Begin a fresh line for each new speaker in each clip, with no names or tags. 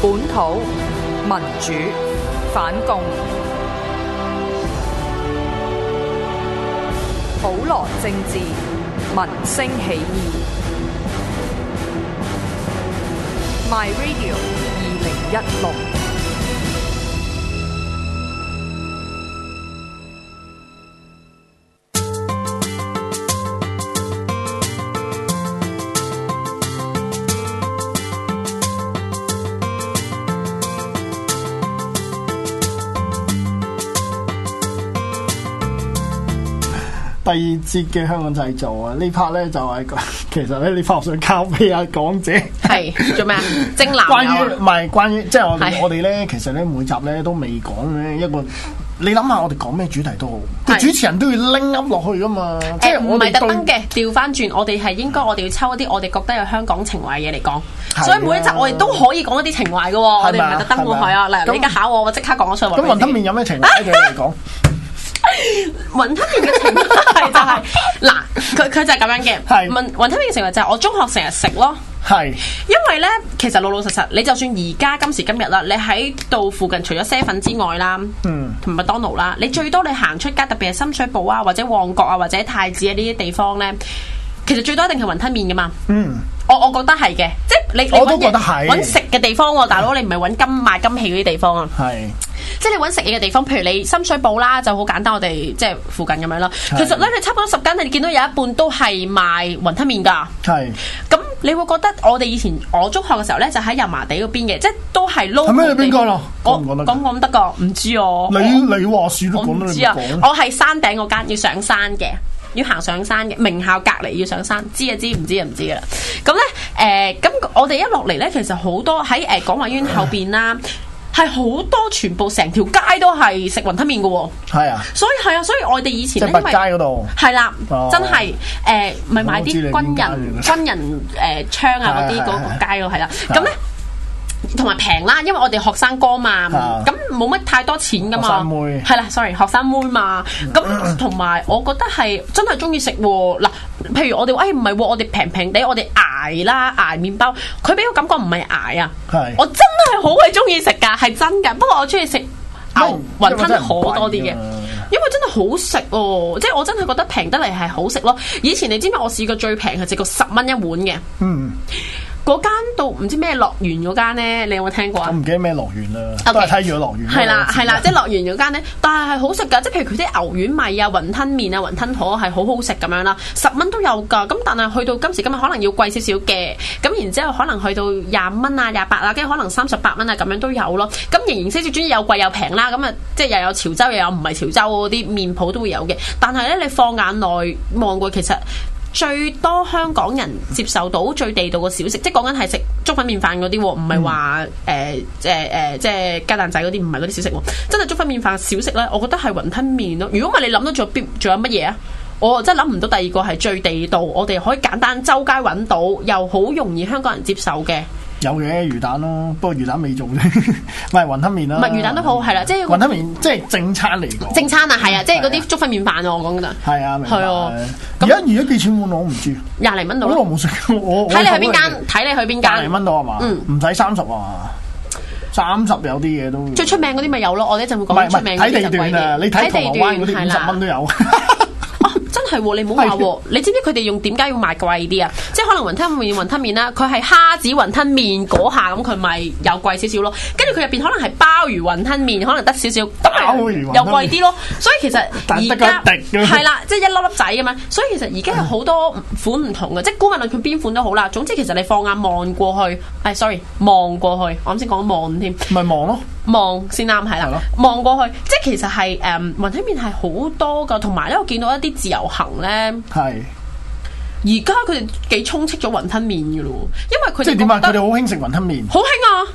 本土民主反共普羅政治民聲起義 My Radio 2016
第二節嘅香港製造啊，呢 part 咧就係、講， 其實咧呢 part 我想交俾阿港姐。
係做咩啊？蒸
關
男
於
友
唔係關於，即係我哋
係
我哋咧，其實咧每集咧都未講咧一個。你諗下，我哋講咩主題都好，個
係
主持人都要拎噏落去噶嘛。即
誒
係
唔
我哋
係特
對
登嘅，調翻轉，我哋係應該我哋要抽一啲我哋覺得有香港情懷嘅嘢嚟
係啊
講，所以每一集我哋都可以講一啲情懷嘅喎，我哋唔係特登
係
喎，
咪
係
啊
啊，嗱，
咁
你而家考我，我即刻講咗出嚟
咁雲
話俾你知。
吞麵有咩情 懷咧？對你嚟講，
雲吞麵嘅情 況係就係嗱，佢佢就係咁樣嘅。
係
雲雲吞麵嘅情況就係我中學成日食咯。
係
因為咧，其實老老實實，你就算而家今時今日啦，你喺度附近除咗 seven 之外啦，
嗯
同埋麥當勞啦，你最多你行出街，特別係深水埗啊，或者旺角啊，或者太子啊呢啲地方咧，其實最多一定係雲吞麵噶嘛。
嗯
我我覺得係嘅，即係你你
我都
搵嘢
覺得係嗯
搵食嘅地方喎、大佬你唔係搵金賣金器嗰啲地方啊。
係
即係你揾食嘢嘅地方，譬如你深水埗啦，就好簡單，我哋即係附近咁樣啦。其
係
實咧，你差唔多十間，你見到有一半都係賣雲吞麵㗎。
係
咁你會覺得我哋以前我中學嘅時候咧，就喺油麻地嗰邊嘅，即係都係撈。
係咩你邊間啊
我
講唔講得㗎
講唔得㗎，唔知我。
你你話事都
我
講
唔
得你
知啊
咪，講，
我係山頂嗰間要上山嘅，要行上山嘅，名校隔離要上山，知啊知，唔知啊唔知噶啦。咁咧誒，咁、我哋一落嚟咧，其實好多喺誒廣華醫院後邊啦，係好多全部成條街都係食雲吞麵嘅喎，
係啊，
所以係啊，所以我哋以
即
前
係
咧，因
百
為
佳嗰度
係啦，
哦
真係誒，咪買
我知你
啲
邊
軍
間
人
嘅
軍人誒槍啊嗰
係
啲
係係
嗰個街咯，係啦，
係
咁咧。同埋平啦，因為我哋學生哥嘛
啊，
咁冇乜太多錢噶
學
嘛
生妹，嗯
係啦，sorry，學生妹嘛，咁同埋我覺得係真係中意食喎。嗱，譬如我哋話，哎唔係喎，我哋平平地，我哋捱啦，捱麵包，佢俾我感覺唔係捱啊，
係
我真係好鬼中意食㗎，係真㗎。不過我中意食牛
因為
雲吞
真係唔
河多啲
貴
嘅
啊。
因為真係好食哦，即係我真係覺得平得嚟係好食咯。以前你知唔知我試過最平係食過十蚊一碗嘅，
嗯，
嗰間到唔知咩樂園嗰間咧，你有冇聽過
我
啊？
唔記得咩樂園啦，
OK
都係睇住個樂園嗰個
係啦
字
係啦，即係樂園嗰間咧，但係係好食㗎，即係譬如佢啲牛丸米啊、雲吞麵啊、雲吞河係好好食咁樣啦，十蚊都有㗎。咁但係去到今時今日可能要貴少少嘅，咁然之後可能去到廿蚊啊、廿八啊，跟住可能三十八蚊啊咁樣都有咯。咁形形色色，總之有貴有平啦。咁啊，即係又有潮州又有唔係潮州嗰啲麵鋪都會有嘅。但係咧，你放眼內望過，其實最多香港人接受到最地道嘅小食，即係講緊係食粥粉麵飯嗰啲喎，唔係話
嗯
誒誒誒，即係雞蛋仔嗰啲，唔係嗰啲小食喎。真係粥粉麵飯小食咧，我覺得係雲吞麵咯。如果唔係你諗到仲有邊仲有乜嘢啊？我真係諗唔到第二個係最地道，我哋可以簡單周街揾到，又好容易香港人接受嘅。
有嘅魚蛋咯，不過魚蛋未做啫， 唔係雲吞麵啦，
唔係魚蛋都好係啦即係
雲吞麵，即係正餐嚟講，
正餐啊，係啊，即係嗰
係啊
啲粥粉麵飯啊，我講緊啊
係啊，明白
係啊
而家而家幾錢碗我唔知，
廿零蚊
好
到
耐
咯。
冇食過。我
睇你去邊間，睇你去邊
廿零
間。
蚊到係啊嘛？
嗯
唔使三十啊，三十有啲嘢都
最出名嗰啲咪有咯，我哋一陣會
唔係
講
唔
出
係
名嗰
睇
啲就
地
貴
段
啲
啊！你睇銅鑼灣嗰
睇地
啲五
段係啦
十 蚊都有，
啊，真係喎、你唔好話喎，你知唔知佢哋用點解要賣貴啲啊？即係可能雲吞麵、雲吞麵啦，佢係蝦子雲吞麵嗰下，咁佢咪又貴少少咯。跟住佢入邊可能係鮑魚雲吞麵，可能得少少，都係
鮑魚雲吞麵
又貴啲咯。所以其實
但係得
而家
嗰一滴㗎
係啦，即係一粒粒仔咁樣。所以其實而家有好多款唔同嘅，即係估問論佢邊款都好啦。總之其實你放眼望過去，誒 sorry 望過去，我啱先講望添。
咪望咯。
望先啱係
係咯
啦，望過去，即係其實係誒、雲吞麵係好多噶，同埋咧我見到一啲自由行咧，而
係，
家佢哋幾充斥咗雲吞麵噶咯，因為佢
即係
哋
點啊？佢
覺
哋
得
好興食雲吞麵，
好興啊，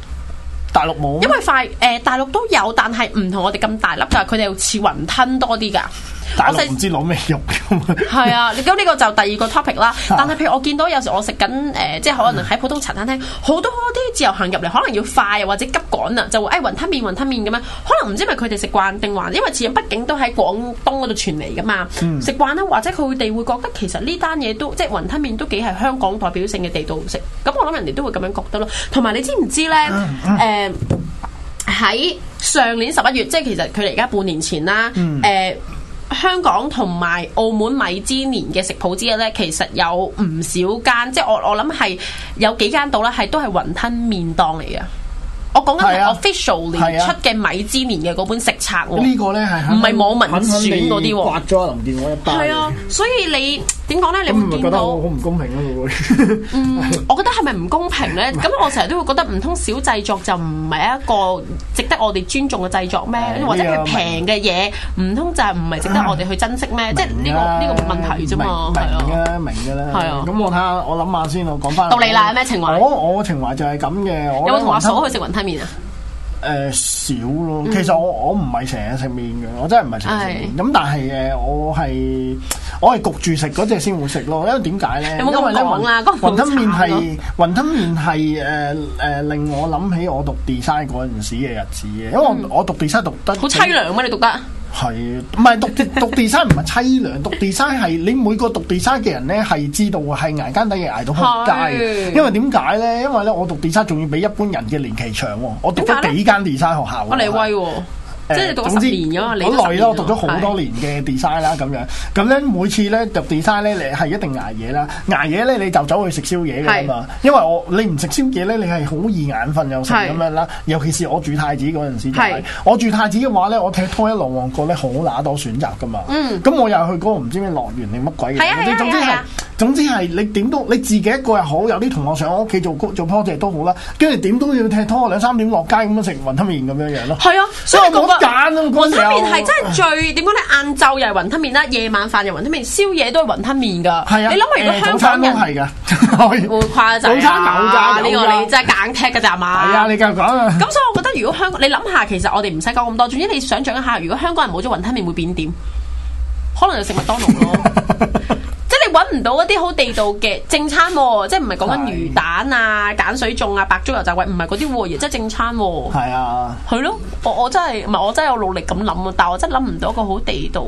大陸冇。
因為快誒、大陸都有，但係唔同我哋咁大粒㗎，佢哋似雲吞多啲㗎，
大
我
陸唔
細
知攞咩肉㗎嘛。
係啊，咁呢個就第二個 topic 啦。但係譬如我見到有時我食緊誒，呃即係可能喺普通茶餐廳，好多啲自由行入嚟，可能要快或者急趕啊，就會誒、哎、雲吞麵、雲吞麵咁樣。可能唔知係咪佢哋食慣定還，因為始終畢竟都喺廣東嗰度傳嚟噶嘛，食慣啦，或者佢哋會覺得其實呢單嘢都即係雲吞麵都幾係香港代表性嘅地道食。咁我諗人哋都會咁樣覺得咯。同埋你知唔知呃咧？誒、喺上年十一月，即係其實佢哋而家半年前啦，誒、
嗯
香港同埋澳門米芝蓮嘅食譜之一咧，其實有唔少間，即係我我諗係有幾間到啦，係都係雲吞麵檔嚟嘅。我講緊
係啊
係 officially
係啊
出嘅米芝蓮嘅嗰本食冊喎。
呢個咧係
哦唔係網民
狠狠地
選嗰啲喎
刮咗阿林建一巴。
係啊，所以你點講咧？
咁
你
唔
會
係
見
覺得
到
我好唔公平咯？會
嗯，我覺得係咪唔公平呢？咁我成日都會覺得唔通小製作就唔係一個值得我哋尊重嘅製作咩？
誒
或者
呢個啊
佢平嘅嘢唔通就係唔係值得我哋去珍惜 咩？即係呢個呢個問題啫嘛，係
明
啊。
嘅啦，明嘅啦。
係啊
咁我睇下，我諗下先，我講翻。
到你啦有咩情懷
我我情懷就係咁嘅。我
有冇同阿嫂
所
去食雲吞麵啊？
誒呃少咯，
嗯
其實我我唔係成日食麵嘅，我真係唔係成日食麵。咁但係誒，我係我係焗住食嗰只先會食咯，因為點解咧？
有冇咁
因為咧
講
雲
啦嗰個好
雲吞麵
慘咯
係雲吞麵係誒誒令我諗起我讀 design 嗰陣時嘅日子嘅，因為我我讀 design 讀得
嗯好凄涼咩？啊你讀
啊
得
係，唔係讀讀 design 唔係凄涼，讀 design 係你每個讀 design 嘅人咧係知道係捱間底嘅捱到撲街
係
嘅，因為點解咧？因為咧我讀 design 仲要比一般人嘅年期長喎，我讀
點解
咗
咧
幾間 design 學校喎。
我嚟威喎，即
誒
係你讀
總
咗
之
十年㗎嘛？你都
好
十
耐
年
啦，
喎
我讀咗好多。年嘅 design 啦，咁樣咁咧每次咧讀 design 咧，你係一定捱夜啦，捱夜咧你就走去食宵夜㗎嘛，因為我你唔食宵夜咧，你係好易眼瞓又成
係
咁樣啦，尤其是我住太子嗰陣時就係
係
我住太子嘅話咧，我踢拖一路旺角咧好乸多選擇㗎嘛，
嗯
咁我又去嗰個唔知咩樂園定乜鬼嘅
係啊係
地方，
啊
總之
係
係
啊。
總之係你點都你自己一個又好，有啲同學上我屋企做做 project 都好啦，跟住點都要踢拖兩三點落街咁樣食雲吞麵咁樣樣咯。
係啊，所以
因為
嗰
冇
個
得揀啊嗰
雲吞
時候
麵係真係最點講咧？晏晝又係雲吞麵啦，夜晚飯又雲吞麵，宵夜都係雲吞麵㗎。
係啊，
你諗下如
誒
果
早
香
餐
港
都
人
係㗎， 可以
會誇
早
張
餐有
啊
㗎，
呢
有
個你
㗎
真係硬踢㗎咋嘛？
係啊，你繼續講啊
咁。所以我覺得如果香港，你諗下，其實我哋唔使講咁多，總之你想象一下，如果香港人冇咗雲吞麵會變點？可能就食麥當勞咯。
啊
即係你揾唔到一啲好地道嘅正餐喎，即係唔係講緊魚蛋啊、鹼水粽啊、白粥油炸鬼，唔係嗰啲喎，而真係正餐喎。
係啊，
係咯，我我真係唔係我真係有努力咁諗啊，但我真係諗唔到一個好地道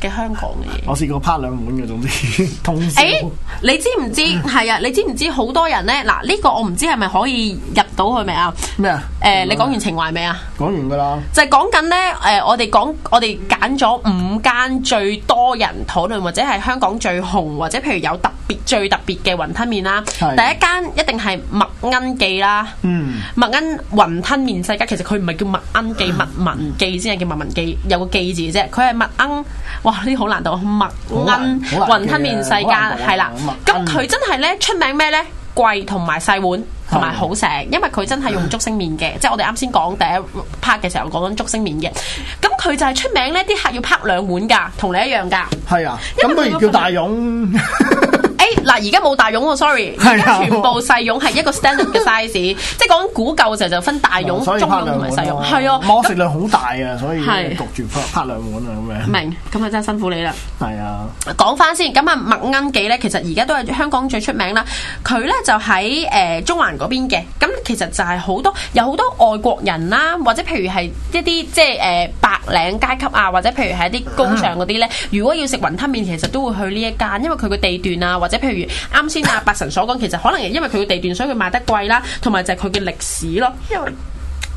嘅香港嘅嘢。
我試過拍兩碗嘅，總之 通宵。
誒、你知唔知係啊？你知唔知好多人咧？嗱，呢、個我唔知係咪可以入到去未啊？
咩啊？
誒、你講完情懷未啊？
講完㗎啦。
就係講緊呢，誒、我哋講我哋揀咗五間最多人討論，或者係香港最紅，或者譬如有特別最特別嘅雲吞麵啦。第
係
一間一定係麥恩記啦。
嗯，
麥恩雲吞麵世家其實佢唔係叫麥恩記、麥文記先係叫麥文記，有個記字嘅啫。佢係麥恩，哇呢啲好難讀，麥
好
恩
難好難記啊
雲吞麵世
好難
家
讀啊
係啦
麥。
咁
恩
佢真係咧出名咩咧？貴同埋細碗。同埋好食，因為佢真係用竹升 麵嘅，即係我哋啱先講第一 part 嘅時候講緊竹升麵嘅。咁佢就係出名呢啲客要拍兩碗㗎，同你一樣㗎。
係啊。
因
咁
為
不如叫大勇。
誒嗱，而家冇大勇喎，sorry，
係啊
而家全部細勇係一個 standard 嘅 size，即係講緊古舊嘅時候就分大勇、中
哦所以
勇
拍
同
兩
埋
碗
細勇，
咯。
係啊，
我食量好大啊，所以
係
焗住拍拍兩碗啊
明，咁啊真係辛苦你啦。
咁樣。係啊。
講翻先，咁啊麥恩記咧，其實而家都係香港最出名啦。佢咧就喺誒、呃中環嗰邊嘅，咁其實就係好多有好多外國人啦，或者譬如係一啲即係誒、呃白領階級啊，或者譬如係一啲高
嗯
尚嗰啲咧，如果要食雲吞麵，其實都會去呢一間，因為佢個地段啊，或者譬如啱先啊八神所講，其實可能係因為佢個地段，所以佢賣得貴啦，同埋就係佢嘅歷史咯，因為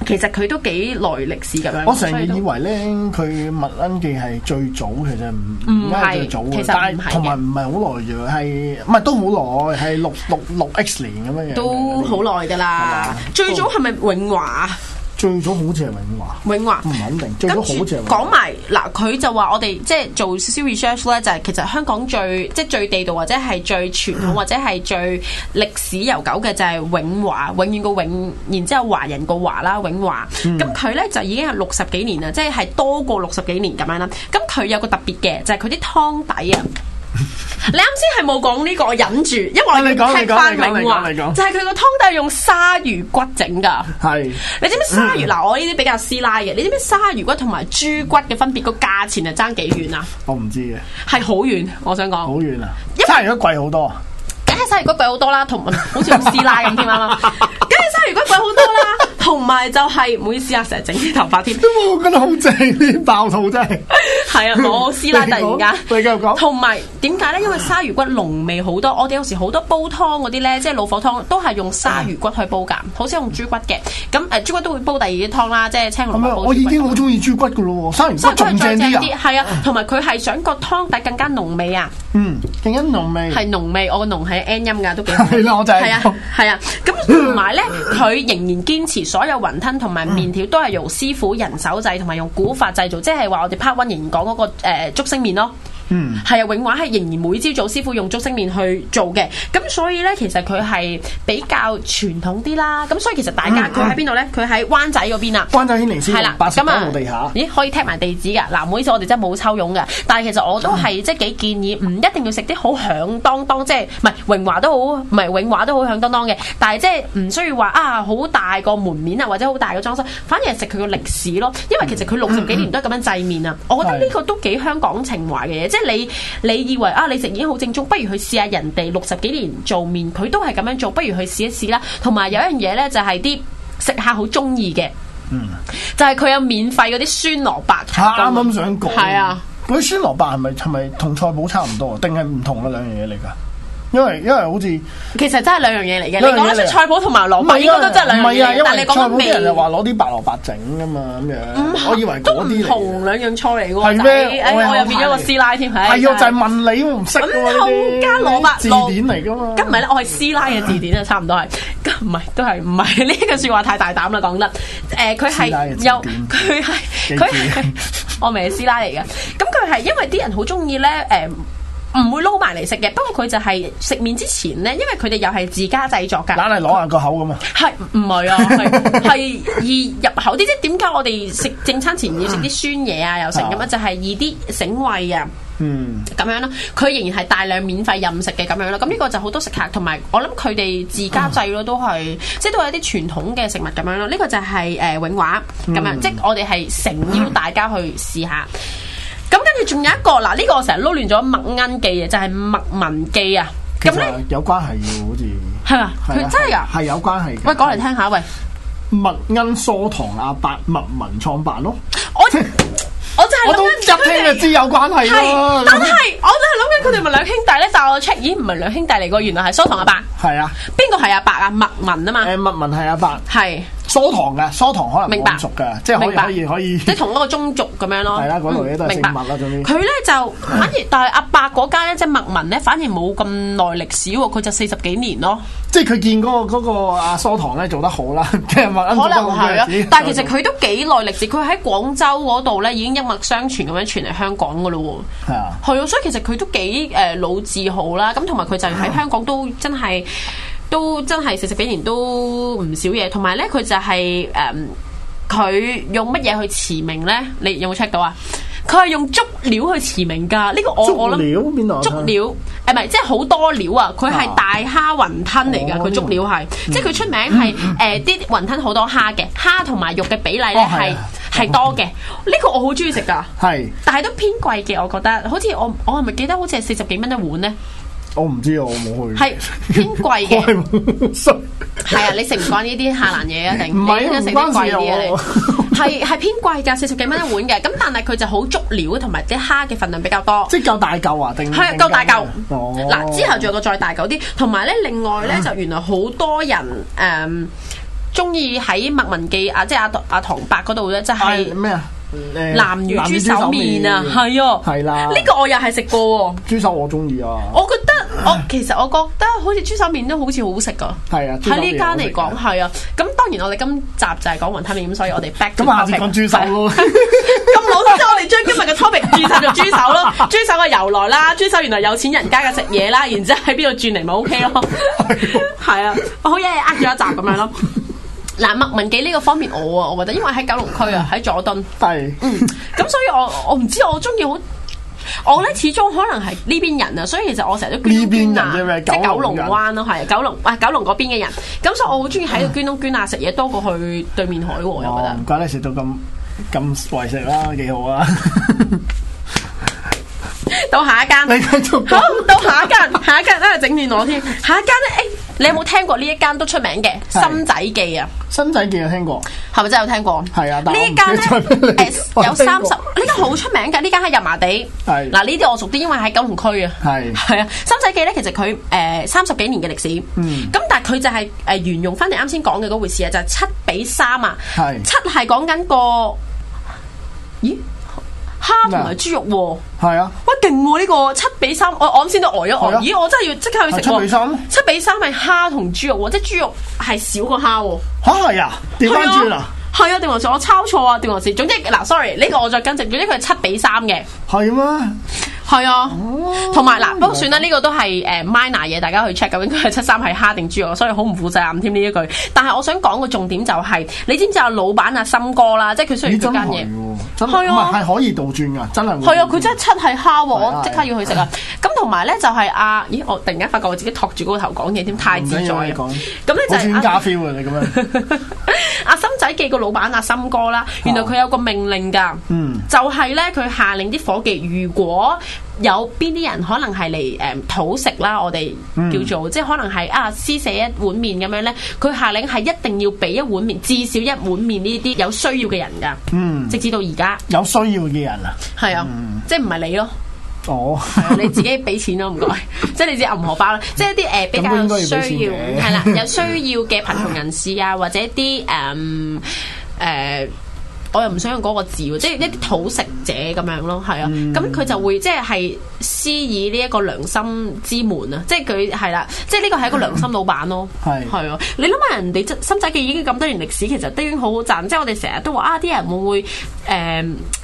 其實佢都幾耐歷史咁樣。
嗯我成
所
日
都
以為咧，佢麥恩記係最早，其實唔
唔係
係最早
其
嘅
實，
但
唔係嘅
係同埋唔係好耐啫，係唔係都好耐，係六六六 X 年咁樣樣嘅。
都好耐㗎
係啊
啦
嘛，
最早係咪永華？啊
最早好似係永華，
永華
唔肯定，最早好似啊係永華
講埋嗱，佢就話我哋即係做少少 research 咧，就係其實香港最即係最地道或者係最傳
嗯
統或者係最歷史悠久嘅就係永華，永遠個永，然之後華人個華啦，永華。
嗯
咁佢咧就已經係六十 幾年啦，即係係多過六十幾年咁樣啦。咁佢有個特別嘅就係佢啲湯底啊。你啱先係冇講呢個，我忍住，因為我
啊你講
要踢翻
你講
明
你講
話，
你
就
講
係佢個湯底係用鯊魚骨整㗎。
係
你知唔知
嗯
鯊魚嗱？我呢啲比較師奶嘅，你知唔知鯊魚骨同埋豬骨嘅分別個價錢係爭幾遠啊？
我唔知嘅，
係好遠，我想
好
講，
遠啊，
因為
差如果貴好多啊，
梗係鯊魚骨貴好多啦，同好似好師奶咁添 啊！梗係鯊魚骨貴好多啦，同埋就係唔好意思啊，成日整啲頭髮添。
我覺得好正，呢爆肚真係。
係啊，我師奶突然
嗯 你
間，
繼續講
同埋點解咧？因為鯊魚骨濃味好多，我哋有時好多煲湯嗰啲咧，即係老火湯都係用鯊魚骨去煲㗎，好少用豬骨嘅。咁誒豬骨都會煲第二啲湯啦，即係青蘿
咁
蔔
樣，
煲
我已
豬
經
骨
好中意豬骨噶咯喎，生完
所
骨
以佢
仲
係再
正
正
啲
啲，
啊！
係啊，同埋佢係想個湯底更加濃味啊，
嗯，勁欣濃味。
係濃味，我個濃係 N 音㗎，都幾好。
係啦我就係
係啊，係啊，咁同埋咧，佢仍然堅持所有雲吞同埋麵條都係由師傅人手製同埋用古法製造，即係話我哋 part one 仍然講嗰個誒竹升麵咯。
嗯，
係啊，永華係仍然每朝早師傅用竹升麵去做嘅，咁所以咧其實佢係比較傳統啲啦，咁所以其實大家
嗯
佢喺邊度咧？佢喺灣仔嗰邊啊。
關仔軒尼斯
係啦，
八十九
咁啊
號地下，
咦可以踢埋地址㗎。嗱，唔好意思，我哋真係冇抽佣嘅，但係其實我都係即係幾建議，唔一定要食啲好響當當，即係唔係榮華都好，唔係永華都好響當當嘅，但係即係唔需要話啊好大個門面啊，或者好大個裝修，反而係食佢個歷史咯。因
嗯
為其實佢六十幾年都係咁樣製麵啊，我覺得呢個都幾香港情懷嘅嘢，即係你你以為啊你食已經好正宗，不如去試下人哋六十幾年做麵，佢都係咁樣做，不如去試一試啦。同埋有一樣嘢咧，就係啲食客好中意嘅。就係佢有免費嗰啲酸蘿蔔
嚇
頭
啱啱想講。
係啊，
嗰啲酸蘿蔔係咪係咪同菜脯差唔多啊？定係唔同嘅兩樣嘢嚟㗎？因為因為好似
其實真係兩樣嘢嚟嘅。
兩樣嘢
你講得
嚟
出
啊
菜脯同埋蘿
唔
哦蔔應該都真係
啊，唔
兩
係啊，
樣嘢嚟
因
嘅，但係你
為菜脯啲人就
講
話攞啲白蘿蔔整㗎嘛，咁樣。我以為
都
嗰
唔
啲嚟
同
嘅。
兩樣菜嚟嘅喎，
係
仔
咩
哎
我又
我又變咗個
睇
師奶添，係
係啊，就係
真
問你我唔識㗎喎
咁
呢啲
後加蘿蔔
字
落
典嚟㗎嘛。
咁唔係啦，我係師奶嘅字典啊，差唔多係。咁唔係都係唔係呢句説話太大膽啦，講得誒，佢係
師奶嘅字典
有佢係佢係
記
我咪係師奶嚟嘅。咁佢係因為啲人好中意咧誒。唔會撈埋嚟食嘅，不過佢就係食麵之前咧，因為佢哋又係自家製作㗎。
懶係攞硬個口咁啊！
係唔係啊？ 係係易入口啲，即係點解我哋食正餐前要食啲酸嘢啊，又成咁
啊
樣，就係易啲醒胃啊。
嗯，
咁樣啦，佢仍然係大量免費任食嘅咁樣啦，咁呢個就好多食客同埋我諗佢哋自家製咯，都係即係都係一啲傳統嘅食物咁樣咯。呢、個就係、誒、永華
嗯
咁樣，即係我哋係誠邀大家去試下。咁跟住仲有一個嗱，呢、個我成日撈亂咗麥恩記啊嘅，就係、麥文記啊。
其
咁咧
實有關係嘅，好似
係嘛？佢
係啊
真係㗎？
係有關係嘅。
喂，講嚟聽下喂。
麥恩疏堂阿伯麥文創辦咯，
我我就 係
我都一
諗緊
聽就知有關係
係，但
啦。
係我就係諗緊佢哋咪兩兄弟咧，但係我 check 咦唔係兩兄弟嚟個，原來係疏堂阿伯，
係啊，
邊個係阿伯啊？麥文啊嘛，
誒麥文係阿伯
係
疏堂嘅，疏堂可能
明
冇
白
咁熟嘅，即係可以
明白
可以可以
即係同一個宗族咁樣咯。
係啦嗰度嘢都係
嗯明白
姓麥啦總之
佢咧 就反而，但係阿伯嗰間咧，即係麥文咧，反而冇咁耐歷史喎，佢就四十幾年咯，
即係佢見嗰個嗰個阿疏堂咧做得好啦， 即係麥
可
恩做
能
得好
係
嘅
咯
事。
但係其實佢都幾耐歷史，佢喺廣州嗰度咧已經一脈相傳咁樣傳嚟香港噶咯喎。
係啊，
係啊，所以其實佢都幾誒、呃老字號啦，咁同埋佢就
啊
喺香港都真係都真係四十幾年都唔少嘢，同埋咧佢就係、誒，佢、用乜嘢去馳名咧？你有冇 check 到啊？佢係用足料去馳名㗎，呢、個我我
足
諗。
料邊度有睇？
足料誒唔係，即係好多料啊！佢係
啊
大蝦雲吞嚟㗎，
哦嗯
佢足料係，即係佢出名係誒啲雲吞好多蝦嘅，蝦同埋肉嘅比例咧
哦係
係
啊
係多嘅。呢個我好中意食㗎。
係，
但係都偏貴嘅，我覺得。好似我我係咪記得好似係四十幾蚊一碗呢？
我唔知啊我冇去。
係偏貴
我係
嘅，
冇 熟
係啊！你食唔慣呢啲下欄嘢一定，
唔係啊
你應該食
唔
啲
關
貴
事啊
啲嘅你
我。
係係偏貴㗎，四十幾蚊一碗嘅。咁但係佢就好足料，同埋啲蝦嘅份量比較多。
即係夠大嚿啊？定
係
定
夠大嚿。
哦
嗱、之後仲有個再大嚿啲，同埋咧，另外咧就原來好多人誒中意喺麥文記啊，即係阿唐阿唐伯嗰度咧，就係、
係咩啊？誒
南乳豬手面啊，係啊，
係啦
呢個我又係食過喎。
豬手我中意啊。
我覺得我其實我覺得好似豬手面都好似好好食噶。
係啊，
喺呢間嚟
講
講。係啊，咁當然我哋今集就係講雲吞面，咁所以我哋 back to
咁下次
topic
講豬手 咯。
咁老 實，我哋將今日嘅 topic 轉晒做豬手咯，豬手嘅由來啦，豬手原來有錢人家嘅食嘢啦，然之後喺邊度轉嚟咪 OK 咯，係啊，好嘢，呃咗一集咁樣咯。嗱，麥文記呢個方面我啊，我覺得因為喺九龍區啊，喺佐敦，
係，
嗯，咁所以我我唔知我中意好我咧始終可能係呢邊人啊，所以其實我成日都捐
呢
窿
邊
捐
人啫咩
罅，即
九
係九
龍
龍
人
灣咯，係九龍啊九龍嗰邊嘅人。咁所以我好中意喺度捐窿捐罅食嘢，多過去對面海喎，我又
嗯
覺
哦
得。
唔怪得食到咁咁為食啦，幾好啊！
到下一間，
你繼續
好
講。
到下一間，下一間咧整亂我添。下一間咧，誒、你有冇聽過呢一間都出名嘅
係
心仔記啊？
新仔記有聽過，
係咪真係有聽過？
係啊但
呢
我唔
一間咧
記得咗咩嚟
誒有
我聽過
三十，呢間好出名嘅，呢間喺油麻地。
係
嗱，呢啲我熟啲，因為喺九龍區啊。
係
係啊，三仔記咧，其實佢誒三十幾年嘅歷史，
嗯
咁但係佢就係誒沿用翻你啱先講嘅嗰回事啊，就係七比三啊，
係
七係講緊個，咦，蝦同
啊
埋豬肉喎，
係啊，
哇勁喎呢個七比三，我我啱先都呆咗
係
呆，
啊
咦我真係要即刻去食
係七比三咯
喎，七比三係蝦同豬肉喎，即係豬肉係少過蝦喎。
嚇係啊，調翻轉啊，
係啊！係啊，定還是我抄錯啊？定還是總之嗱，sorry，呢個我再更正。總之佢係七比三嘅，
係咩？
係啊。
哦
同埋嗱，不過算啦，呢個都係誒 minor 嘢，大家去 check 究竟佢係七三係蝦定豬肉，所以好唔負責任添呢一句。但係我想講個重點就係，你知唔知啊？老闆啊，森哥啦，即係佢雖
咦
然
真
佢間
係
嘢。
喎，真係
係
唔
啊
係係可以倒轉噶，真係會
係啊，佢真係七係蝦喎，
係啊
我即刻要去食啊！咁同埋咧就係啊，咦，我突然間發覺我自己托住嗰個頭講嘢，添太
唔
自
緊
在
要你
啊！
講
咁咧就
好
係
專
啊
家 feel 啊！你咁樣，
阿森仔記個老闆阿森哥啦，原
啊
來佢有個命令㗎，
嗯
就係咧佢下令啲伙計，如果有邊啲人可能係嚟誒討食啦，我哋
嗯
叫做、即係可能係啊施捨一碗面咁樣咧，佢下令係一定要俾一碗面，至少一碗面呢啲有需要嘅人㗎，
嗯，
直至到而家
有需要嘅人啊，
係啊，即係唔係你咯。
哦，
你自己俾錢咯，唔該，即係你自己揞荷包啦，即係一啲誒比較
咁都應該要
有
俾
需
錢
要
嘅
係啦，有需要嘅貧窮人士啊，或者一啲誒誒。我又唔想用嗰個字喎，即係一啲土食者咁樣咯，係啊，
嗯
咁佢、就會即係係施以呢一個良心之門啊，即係佢係啦，即係呢個係一個良心老闆咯，
係
係啊，你諗下人哋即深仔記已經咁多年歷史，其實都已經好好賺，即係我哋成日都話啊，啲人會唔會誒、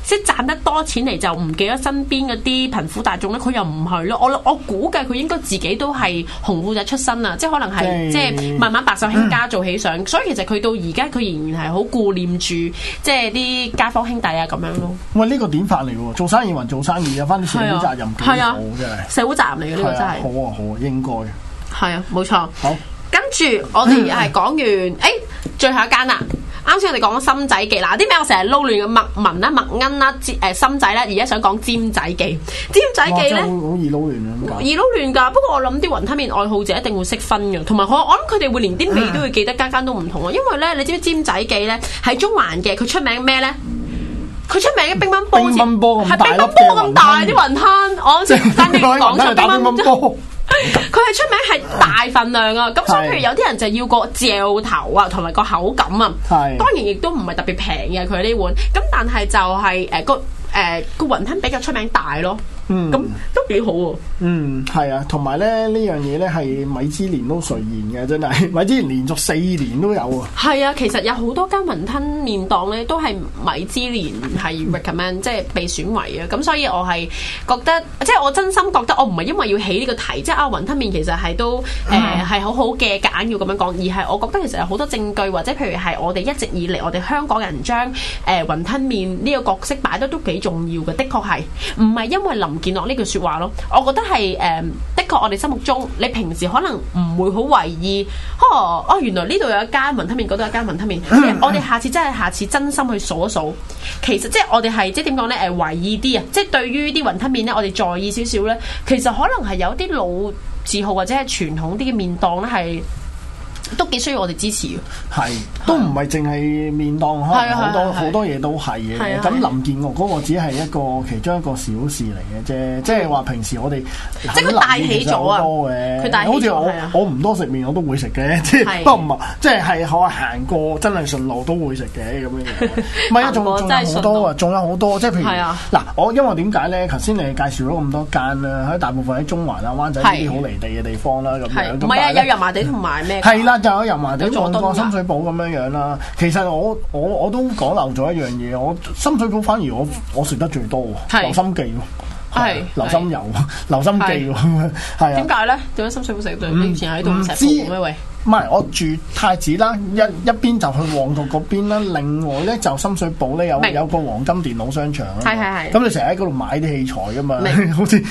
即係賺得多錢嚟就唔記得身邊嗰啲貧苦大眾咧？佢又唔係咯，我我估計佢應該自己都係紅褲仔出身啊，即係可能係
即
即
係
係慢慢白手興家做起上，所以其實佢到而家佢仍然係好顧念住即係啲街坊兄弟啊咁樣咯，
喂，呢個典範嚟喎，做生意還做生意，有翻啲社會
係啊
責任幾好
係啊
真係。
社會責任嚟嘅呢個
係啊，
真
好
係，
啊，好啊，應該
係啊，冇錯。
好
跟住我
嗯
哋係講完，誒、最後一間啦。啱先我哋講咗心仔記啦，啲名我成日撈亂嘅麥文啦、麥恩啦、尖誒心仔啦，而家想講尖仔記。尖仔
哇
記
真係
咧
好好易撈亂啊咁
而
解。
撈亂㗎，不過我諗啲雲吞麵愛好者一定會識分嘅，同埋我我諗佢哋會連啲
嗯
味都會記得，間間都唔同啊。因為咧，你知唔知尖仔記咧喺中環嘅，佢出名咩咧？佢出名嘅乒乓波好似，
乒乓波咁
係
大
乒
粒
乓
嘅
波咁大
雲
啲
吞
雲吞，我啱先單啲
我喺
講
雲
出
吞打乒乓波，
佢係出名係大份量啊，咁所以
係
譬如有啲人就要個嚼頭啊，同埋個口感啊，
係
當然亦都唔係特別平嘅佢呢碗，咁但係就係誒個誒個雲吞比較出名大咯，
嗯
咁都幾好喎，
嗯，係啊，同埋咧呢樣嘢咧係米芝蓮都垂涎嘅，真係米芝蓮連續四年都有啊。
係啊，其實有好多間雲吞麵檔咧都係米芝蓮係 recommend 即係被選為嘅，咁所以我係覺得即係我真心覺得我唔係因為要起呢個題，即係啊雲吞麵其實係都誒係好好嘅夾硬要咁樣講，而係我覺得其實有好多證據或者譬如係我哋一直以嚟我哋香港人將誒、呃、雲吞麵呢個角色擺得都幾重要嘅，的確係唔係因為林建樂呢句説話咯？我覺得係誒、呃的確我哋心目中你平時可能唔會好為意，哦哦原來呢度有一間雲吞麵，嗰度有一間雲吞麵，
嗯
我哋下次真係下次真心去數一數，其實即係我哋係即係點講咧誒為意啲啊，即係對於啲雲吞麵咧，我哋在意少少咧，其實可能係有啲老字號或者係傳統啲嘅麵檔咧係。都幾需要我哋支持嘅，
係，都唔係淨係面檔，可
係
能
啊
好
係
多
啊係啊
好多嘢都係嘅。
係啊
咁
係啊
林建岳嗰個只係一個其中一個小事嚟嘅啫，即係話平時我哋
嗯即係佢帶起咗啊
喺林建其實好多嘅
佢帶起咗
好似
係啊
我我唔多食面我都會食嘅，即係
係
不過唔係，即係係我行過真係順路都會食嘅咁樣 樣。唔係啊，仲
行過
仲
真係
有好多啊，
順路
仲有好多，即係譬
係啊
如嗱，我因為點解咧？頭先你介紹咗咁多間啦，喺大部分喺中環啊、灣仔呢啲
係
好離地嘅地方啦，咁
係
樣。咁
唔係
但
啊？
係呢
有油麻地同埋咩㗎？
係啦，就有油麻地、
有佐
旺
敦
角、
㗎
深水埗咁樣樣啦。其實我我我都講漏咗一樣嘢，我深水埗反而我我食得最多喎，
係
流心記喎。
係
流 心油、流心記喎，係啊
點。解咧？點解深水埗食到以前喺度唔成日
嗯唔知
報咩喂？
唔係我住太子啦，一一邊就去旺角嗰邊啦，另外咧就深水埗咧有
明
有個黃金電腦商場啊嘛
係係係
咁你成日喺嗰度買啲器材噶嘛
明，
好似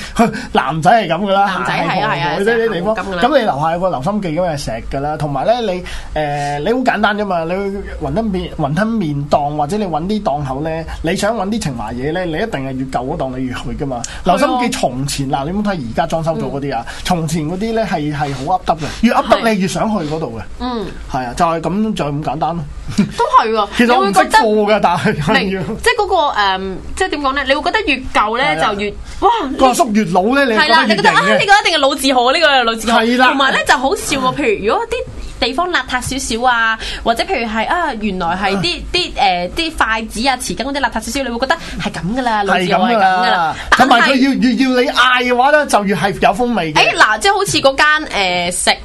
男仔係咁噶啦，
男仔係啊係啊
行行去呢啲地方，
成日行黃金㗎啦
咁你樓下有個流心記咁嘅石噶啦，同埋咧你誒你好簡單啫嘛，你去雲吞麵雲吞麵檔或者你揾啲檔口咧，你想揾啲情懷嘢咧，你一定係越舊嗰檔你越去噶嘛。流心記從前嗱，你冇睇而家裝修咗嗰啲啊，從前嗰啲咧係係好噏得嘅，越噏得
係
你越想去嗰度嘅。
嗯，
係啊，就係咁，就係咁簡單咯。
都係喎。
其實我
你
唔
會
識
覺得
貨㗎，但係係
明
啊，
即係嗰、個、誒，即係點講咧？你會覺得越舊咧
係啊
就越哇！
個叔越老咧，你
係啦，你
覺
覺
得
得
越
啊，呢
型嘅。
個一定係老字號，呢個係老字號。
係啦
同埋咧就好笑喎，譬如如果啲地方邋遢少少啊，或者譬如係啊，原來係啲啲誒啲筷子啊、匙羹嗰啲邋遢少少，你會覺得啊係咁噶啦，老
係
字號係
咁
咁
㗎
噶
啦
啦。，
同
但
埋佢
係哎
要要要你嗌嘅話咧，就越係有風味嘅。
誒嗱，即係好似嗰間誒食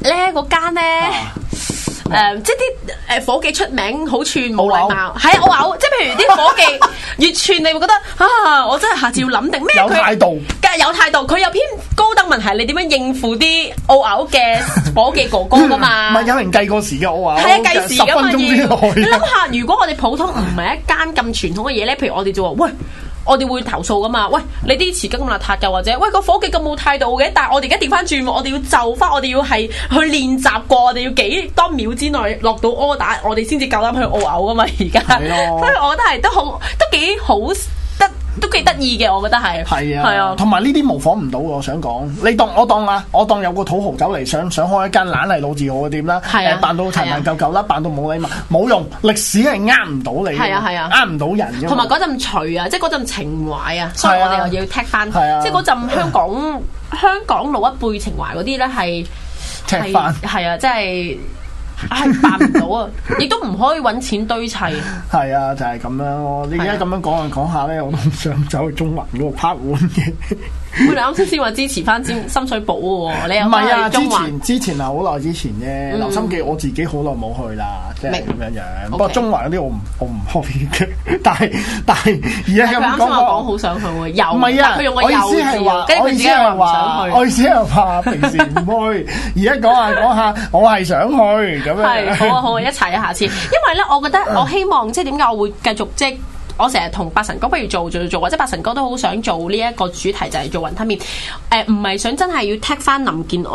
咧嗰間咧。
啊
誒、
嗯
即係啲誒夥計出名好串冇禮貌，係啊，我嘔，即係譬如啲夥 計越串，你會覺得啊，我真係下次要諗定咩
有
佢
態度。
梗係有態度，佢有篇高等文係你點樣應付啲澳牛嘅伙計哥哥 噶
唔
嘛
係？有人計過時嘅，我話
係啊，計時
十
噶
分鐘
嘛要。
之
你
內。
諗下，如果我哋普通唔係一間咁傳統嘅嘢咧，譬如我哋就話喂。我哋會投訴噶嘛？喂，你啲匙羹咁邋遢嘅，或啊者喂個伙計咁冇態度嘅，但係我哋而家調翻轉喎，我哋要就翻，我哋要係去練習過，我哋要幾多秒之內落到 order，我哋先至夠膽去哦澳牛噶嘛？而家，
係咯
啊 所以我覺得係都好，都幾好得，都幾得意嘅，我覺得係。
係
係
啊
啊，
同埋呢啲模仿唔到嘅，我想講，你當我當啊，我當有個土豪走嚟想想開一間懶係老字號嘅店啦，
係啊
誒扮到殘殘舊舊啦，扮到冇禮貌，冇用，歷史係呃唔到你嘅，
係啊係啊
呃唔到人嘅。
同埋嗰陣除啊，即係嗰陣情懷啊，所以
係
我
啊
哋又要踢翻，
係啊
即係嗰陣 香港香港老一輩情懷嗰啲咧係
踢
係
翻
係啊，即係。係辦唔到 啊！亦都唔可以揾錢堆砌，
係啊，就係咁樣咯。你而
係啊
家咁樣講下講下咧，我都唔想走去中環嗰度拍碗嘅。
我哋啱先先話支持翻尖深水埗嘅喎，你又
唔係啊，
翻去
之
中環
前之前係好耐之前啫。
嗯
留心記我自己好耐冇去啦，即係
明
咁樣樣。
OK
不過中環嗰啲我唔我唔去嘅， 但係但係而
但
家
係
咁
佢啱先
講
話講
我
好想去喎，又
唔係啊
但佢用，個
我意
又
思
字
係話
喎，跟，住
我
佢
意思
自己又
係
話唔
話，
想
我
去，
意思係話平時唔去， 而家講下講下，我係想去咁
係好啊
樣。嗯
好啊，一齊啊，下次，因為咧，我覺得我希望即係點解我會繼續即係。我成日同八神哥不如做做做，或者八神哥都好想做呢一個主題就係做雲吞麵。誒、唔係想真係要踢翻林建岳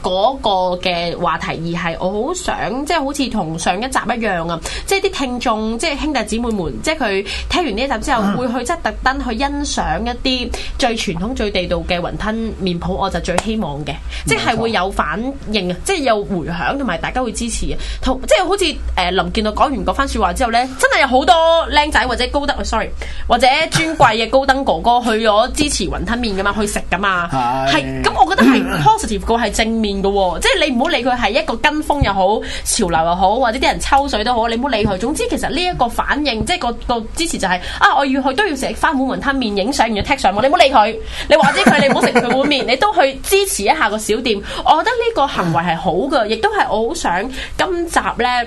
嗰個嘅話題，而係我好想即係好似同上一集一樣啊！即係啲聽眾，即係兄弟姊妹們，即係佢聽完呢一集之後，會去即係特登去欣賞一啲最傳統、最地道嘅雲吞麵鋪，我就最希望嘅，即係會有。有反應啊，即係有回響，同埋大家會支持嘅。啊同即係好似誒、呃林建樂講完嗰番説話之後呢，真係有好多僆仔或者高登、呃、，sorry，或者尊貴嘅高登哥哥去咗支持雲吞麵噶嘛，去食噶嘛，
係？
係咁，我覺得係 positive 個係正面嘅喎，即係你唔好理佢係一個跟風又好，潮流又好，或者啲人抽水都好，你唔好理佢。總之其實呢一個反應，即係個個支持就係、啊，我要去都要食翻碗雲吞麵，影相完咗 t 上網，你唔好理佢，你話知佢，你唔好食佢碗麵，你都去支持一下個小店。我覺得呢個行為係好嘅，亦都係我好想今集呢。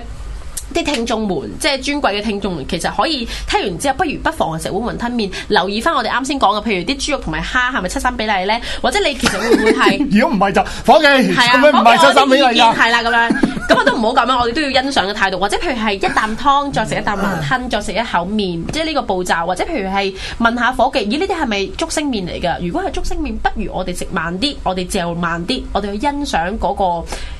啲聽眾們，即係尊貴嘅聽眾們，其實可以聽完之後，不如不妨食碗雲吞麵，留意翻我哋啱先講嘅，譬如啲豬肉同埋蝦係咪七三比例呢？或者你其實會唔會係
如果唔係就伙計，
係啊，
咁樣唔係
我
七三比例㗎。
係啦咁樣，咁我都唔好咁樣，我哋都要欣賞嘅態度，或者譬如係一啖湯，再食一啖雲吞，再食一口麵，即係呢個步驟，或者譬如係問下伙計，咦呢啲係咪竹升麵嚟㗎？如果係竹升麵，不如我哋食慢啲，我哋嚼慢啲，我哋去欣賞嗰個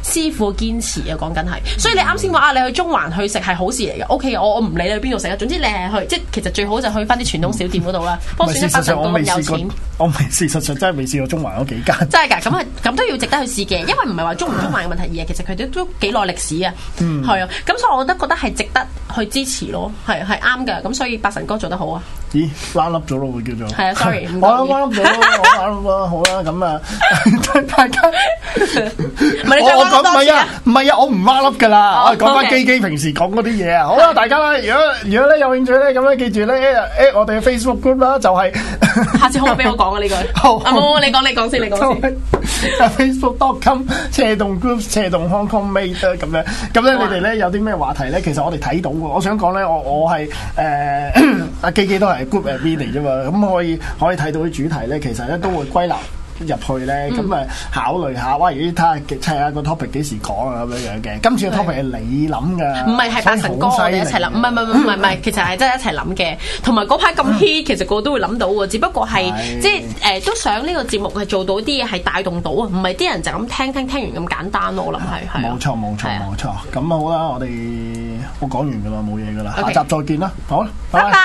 師傅堅持啊，講緊係。所以你啱先話啊，你去中環去食係好事嚟嘅，OK，我我唔理你去邊度食啊，總之你係去，即係其實最好就去翻啲傳統小店嗰度啦。不
唔
過
係
算
事實
啦，不
上我
能
未
咁有
試過
錢。，
我未事實上真係未試過中環嗰幾間。
真係㗎，咁啊，咁都要值得去試嘅，因為唔係話中唔中環嘅問題，而係其實佢哋
嗯
都幾耐歷史啊，係啊、咁所以我都覺得係值得去支持咯，係係啱嘅，咁所以八神哥做得好啊，
咦，拉笠咗咯喎，叫做
係啊，sorry，唔
我
講嘢
拉笠咗咯，我拉笠咗，好啦，咁啊， 大家
唔係你再
我我
講
講唔
多次
係
啊
啊，，唔係啊，我唔拉笠噶啦，
哦
我係講翻
OK
基基平時講嗰啲嘢啊。好啦，大家啦，如果如果咧有興趣咧，咁咧記住咧，誒我哋嘅 Facebook group 啦，就係
下次可唔可以俾我講啊呢句？
好
啊冇冇，你講你講先，你
就
講先。
係 Facebook.com 斜動 group 斜動 Hong Kong Made 啦咁樣，咁咧
好啊
你哋咧有啲咩話題咧？其實我哋睇到嘅，我想講咧，我我係呃 誒阿基基都係 group admin 嚟啫嘛，咁可以可以睇到啲主題咧，其實咧都會歸納入去咧，
嗯
咁啊考慮下，哇！咦，睇下睇下個 topic 幾時講啊咁樣樣嘅。今次嘅 topic 係你諗㗎，
唔係係八神哥，我哋一齊諗，唔係唔係唔係唔係，其實係真係一齊諗嘅。同埋嗰排咁 hit，其實個個都會諗到喎，只不過係
嗯係
即係誒都想呢個節目係做到啲嘢係帶動到啊，唔係啲人就咁聽聽聽完咁簡單咯。我諗係係啊
冇錯冇錯
係啊
冇錯。咁好啦，我哋我講完㗎啦，冇嘢㗎啦，
OK
下集再見啦，好啦，
拜拜。